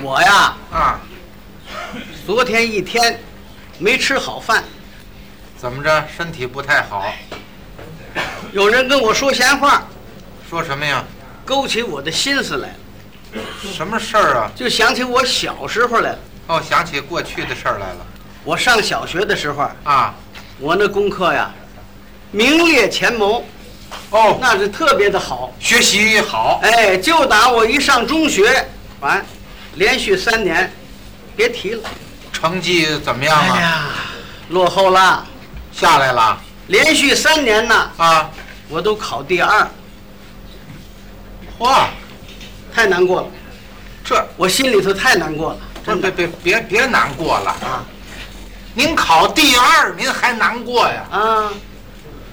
我呀，啊，昨天一天没吃好饭，怎么着？身体不太好，有人跟我说闲话，说什么呀？勾起我的心思来了，什么事儿啊？就想起我小时候来了。哦，想起过去的事儿来了。我上小学的时候，啊，我那功课呀，名列前茅，哦，那是特别的好。学习好，哎，就打我一上中学，完，连续三年，别提了，成绩怎么样啊？哎呀，落后啦。下来了连续三年呐，啊？我都考第二，嚯，太难过了，这我心里头太难过了，这真别的别别别难过了啊！您考第二，您还难过呀？啊！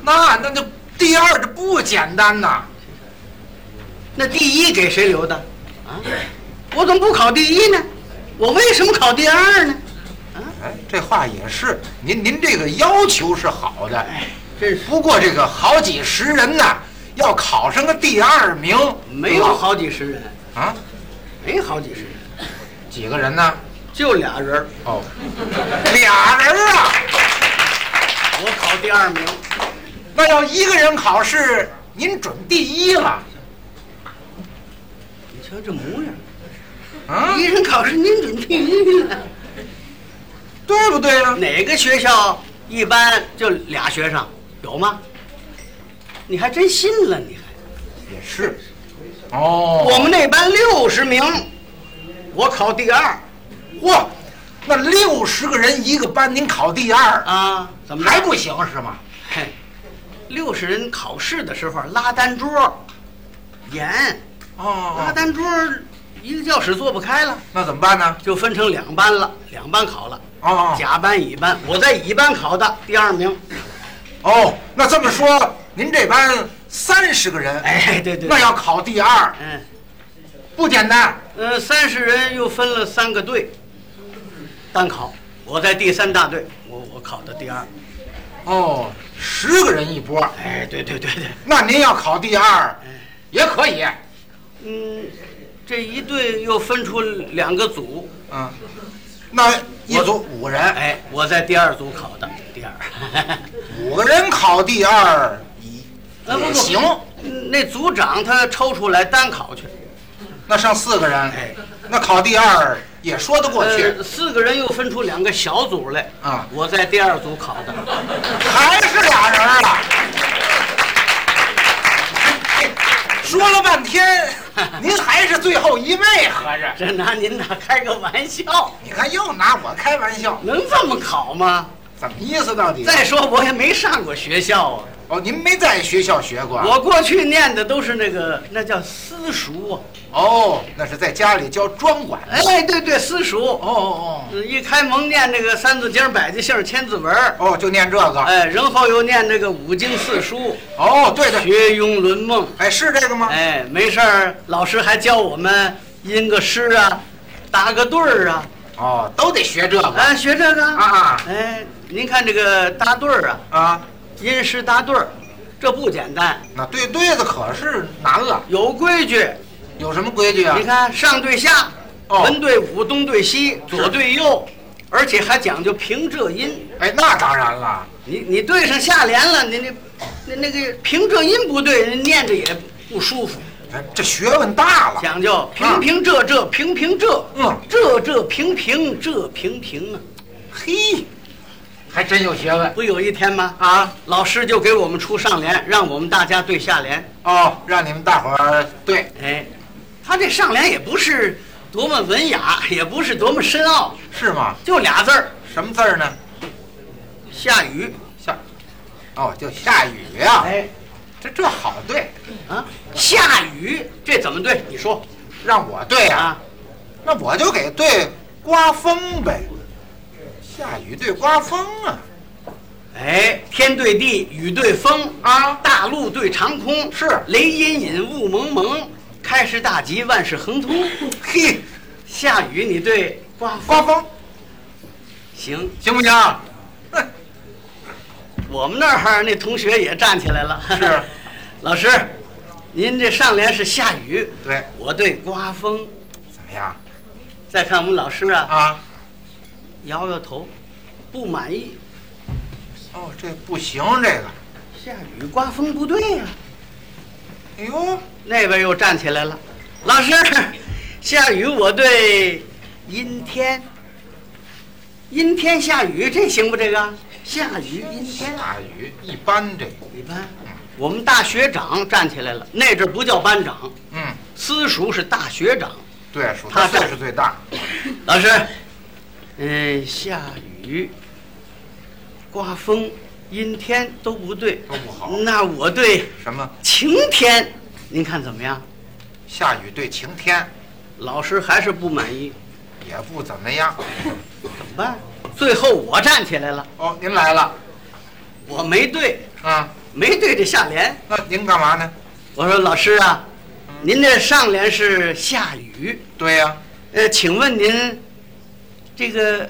那那就第二，这不简单呐！那第一给谁留的？啊，我怎么不考第一呢？我为什么考第二呢？啊，哎，这话也是，您您这个要求是好的，哎真是不过这个好几十人呐，要考上个第二名，没有好几十人，啊？没好几十人，几个人呢？就俩人儿。哦，俩人啊，我考第二名，那要一个人考试，您准第一了。你瞧这模样，啊，一人考试您准第一了。对不对啊？哪个学校一般就俩学生，有吗？你还真信了，你还。也是。哦，我们那班六十名，我考第二嚯，那六十个人一个班，您考第二，啊，怎么着还不行是吗？嘿，六十人考试的时候拉单桌，严，拉哦，单桌一个教室坐不开了，那怎么办呢？就分成两班了，两班考了，哦甲班乙班，我在乙班考的第二名。哦，那这么说，您这班三十个人，哎，对对，那要考第二嗯不简单。嗯，三十人又分了三个队，单考，我在第三大队，我我考的第二。哦，十个人一波，哎，对对对对，那您要考第二也可以。嗯，这一队又分出两个组，嗯，那一组五个人，哎，我在第二组考的第二。 五个人考第二那不也行，那组长他抽出来单考去，那剩四个哎人，那考第二也说得过去呃，，四个人又分出两个小组来啊我在第二组考的，还是俩人啊了。哎说了半天，您还是最后一位，合着。这拿您那开个玩笑，你看又拿我开玩笑，能这么考吗？怎么意思到底？啊再说我也没上过学校哦，您没在学校学过啊，啊？我过去念的都是那个那叫私塾啊，哦，那是在家里教专管。哎，对对，私塾，哦哦嗯一开蒙念那个《三字经》《百家姓》《千字文》，哦，哦，就念这个。哎，然后又念那个五经四书，哦，对对，学庸论孟。哎，是这个吗？哎，没事儿，老师还教我们吟个诗啊，搭个对儿啊，哦，都得学这个啊，学这个啊。啊哎，您看这个搭对儿啊，啊！吟诗搭对儿，这不简单，那对对子可是难了，有规矩。有什么规矩啊你？看上对下，哦文对武，东对西，左对右，而且还讲究平仄音。哎，那当然了。你你对上下联了，你你那那个平仄音不对，念着也不舒服。哎这学问大了。讲究平平仄仄平平仄，啊嗯仄仄平平仄平平啊。嘿，还真有学问不有一天吗？啊！老师就给我们出上联，让我们大家对下联。哦，让你们大伙儿对，哎，他这上联也不是多么文雅，也不是多么深奥，是吗？就俩字儿：什么字儿呢？下雨。下，哦，就下雨呀、哎，这这好对，啊，下雨，这怎么对？你说让我对呀、啊？那我就给对刮风呗。下雨对刮风啊，哎，天对地，雨对风啊大陆对长空是雷隐隐，雾蒙蒙，开市大吉，万事亨通。嘿，下雨你对刮风刮风行，行不行？哼我们那儿那同学也站起来了。是， 老师，您这上联是下雨，对，我对刮风，怎么样？再看我们老师啊，啊，摇摇头，不满意。哦，这不行，这个，下雨刮风不对呀、哎呦，那边又站起来了，老师， 下雨我对阴天，阴天下雨这行不？这个下雨阴天，啊下雨一般这个，你看，我们大学长站起来了，那阵儿不叫班长，嗯，私塾是大学长。对，属他他是岁数最大， 老师，嗯、下雨、刮风、阴天都不对，都不好那我对什么晴天，您看怎么样？下雨对晴天老师还是不满意，也不怎么样。怎么办？最后我站起来了，哦，您来了我没对，啊？没对这下联。那您干嘛呢？我说老师啊，您这上联是下雨，对呀、呃，请问您这个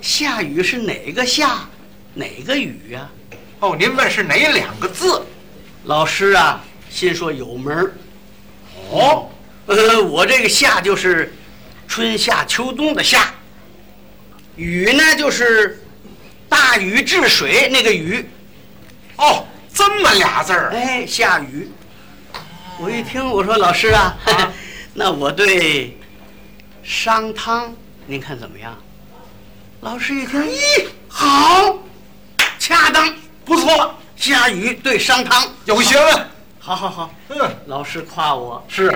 下雨是哪个下，哪个雨啊呀、哦，您问是哪两个字？老师啊，心说有门儿。哦，呃， 我这个夏就是春夏秋冬的夏，雨呢就是大禹治水那个禹，哦，这么俩字儿，啊哎，下雨。我一听，我说老师啊，啊 那我对商汤您看怎么样？老师一听，咦，好，恰当，不错，下雨对商汤，有学问。好好好，嗯，老师夸我，是，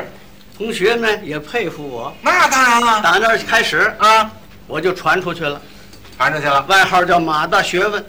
同学们也佩服我。那当然了打那儿开始，啊，我就传出去了，传出去了。外号叫马大学问。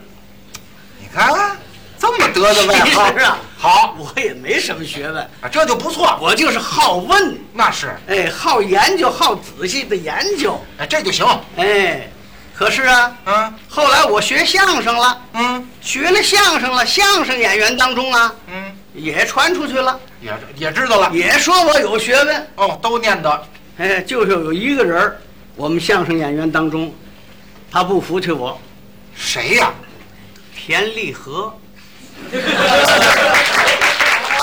你看，啊这么得的外号 其实啊好我也没什么学问，啊，这就不错。我就是好问，那是，哎，好研究，好仔细的研究，哎，这就行。哎，可是啊，嗯后来我学相声了，嗯学了相声了，相声演员当中啊，嗯，也传出去了，也也知道了。也说我有学问，哦，都念叨。哎，就是有一个人儿，我们相声演员当中，他不服气我，谁呀、田立和，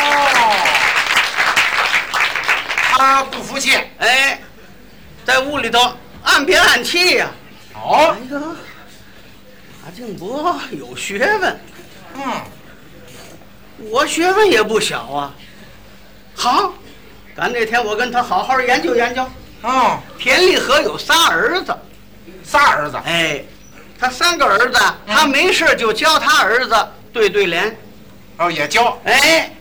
哦，他不服气。哎，在屋里头按别按气呀、哦哎，呀，马敬博有学问，嗯，我学问也不小啊。好，咱那天我跟他好好研究研究。哦，田立和有仨儿子，仨儿子。哎，他三个儿子，嗯他没事就教他儿子对对联。哦，也教，哎，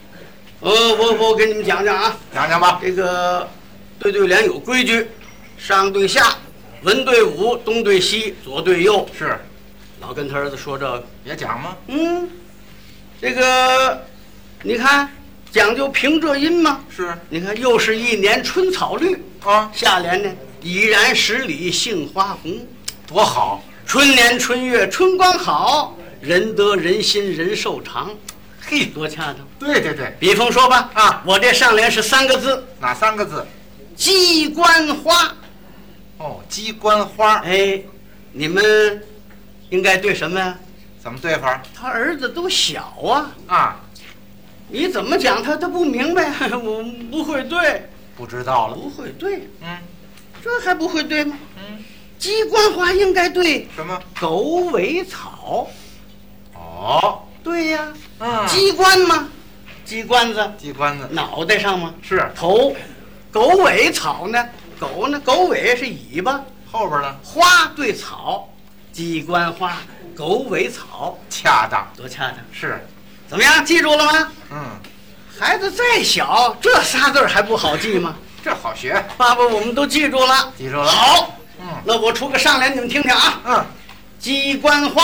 呃，我我给你们讲讲啊，讲讲吧。这个对对联有规矩，上对下，文对武，东对西，左对右。是，老跟他儿子说这个。也讲吗？嗯，这个你看讲究平仄音嘛。是你看又是一年春草绿，啊，下联呢已然十里杏花红，多好。春年春月春光好，人得人心人寿长，嘿，多恰当。对对对，比方说吧，啊我这上联是三个字哪三个字？ “鸡冠花哦，鸡冠”，花。哎，你们应该对什么呀？怎么对法他儿子都小啊，啊？你怎么讲他他不明白， 我不会对。不知道了。不会对，嗯这还不会对吗？嗯，鸡冠花应该对什么？狗尾草，哦，对呀，嗯，鸡冠吗？鸡冠子鸡冠子脑袋上吗？是头，狗尾草呢？狗呢？狗尾是尾巴，后边呢？花对草，鸡冠花，狗尾草，恰当多恰当！是，怎么样，记住了吗？嗯，孩子再小，这仨字儿还不好记吗？这好学。爸爸，我们都记住了，记住了好，嗯那我出个上联，你们听听啊。嗯，鸡冠花，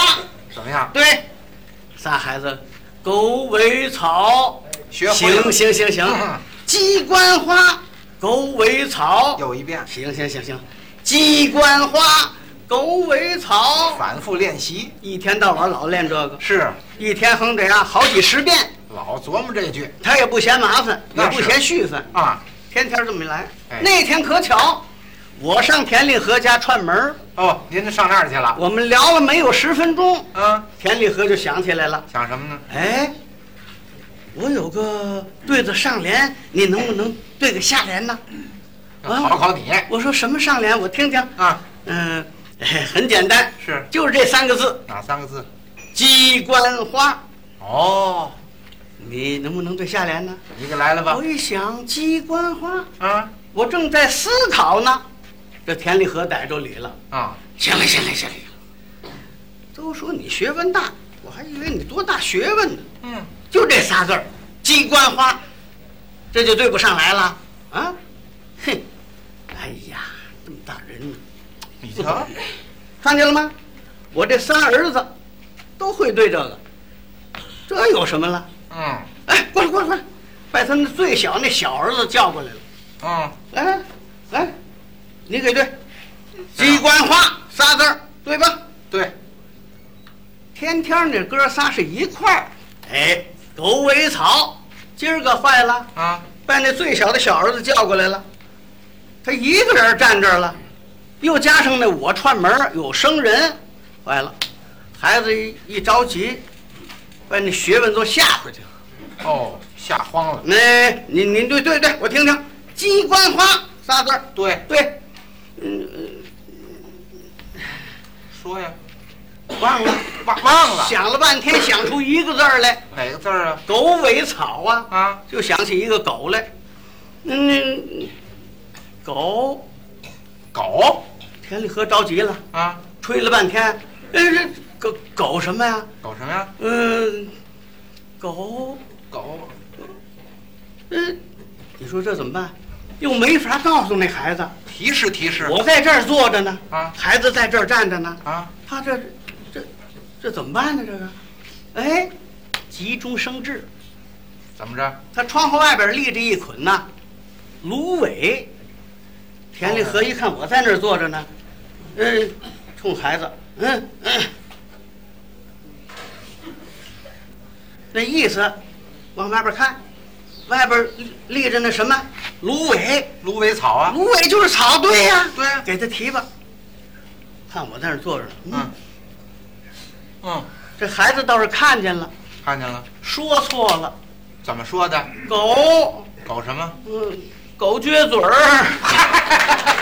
怎么样？对，仨孩子，狗尾草，学会了行行行行 嗯，鸡冠花，狗尾草，又一遍，行行行行，鸡冠花，狗尾草，反复练习。一天到晚老练这个，是，一天横得啊好几十遍，老琢磨这句他也不嫌麻烦，也那不是嫌续分，啊。天天这么一来。哎那天可巧，我上田立和家串门儿哦，您上那儿去了？我们聊了没有十分钟，嗯，田立和就想起来了。想什么呢？哎，我有个对子上联，你能不能对个下联呢？考考你我说什么上联？我听听。啊，嗯、很简单，是就是这三个字：哪三个字？鸡冠花。哦，你能不能对下联呢？你给来了吧我？一想，鸡冠花，啊我正在思考呢。这田立和逮着理了。啊，行了，行了，行了。都说你学问大，我还以为你多大学问呢。嗯，就这仨字儿，鸡冠花，这就对不上来了啊！哼，哎呀，这么大人呢，你瞧，看见了吗？我这仨儿子都会对这个，这有什么了？嗯哎，过来过来过来，把他们最小那小儿子叫过来了。嗯，来来，你给对，鸡冠花仨字儿，对吧？对，天天这哥仨是一块儿，哎，狗尾草，今儿个坏了。啊，把那最小的小儿子叫过来了，他一个人站这儿了，又加上那我串门儿有生人，坏了，孩子一一着急，把那学问都吓回去了。哦，吓慌了。那、哎、您您对对对，我听听，鸡冠花仨字儿，对，对，嗯，说呀，呃忘了，忘忘了想了半天想出一个字儿来，哪个字儿啊？狗尾草啊，啊，就想起一个狗来，嗯，狗，狗田立和着急了。啊，吹了半天，哎，这狗狗什么呀？狗什么呀？嗯，狗，狗，嗯，你说这怎么办？又没法告诉那孩子，提示提示。我在这儿坐着呢，啊孩子在这儿站着呢，啊，他这这这怎么办呢？这个，哎，急中生智，怎么着？他窗户外边立着一捆呐，芦苇。田立和一看我在那儿坐着呢，嗯，冲孩子，嗯嗯，那意思，往外边看，外边立立着那什么芦苇，芦苇草啊。芦苇就是草，对呀、对呀给他提吧。看我在那儿坐着呢，嗯，嗯，这孩子倒是看见了，看见了，说错了，怎么说的？狗，狗什么？嗯，狗撅嘴儿。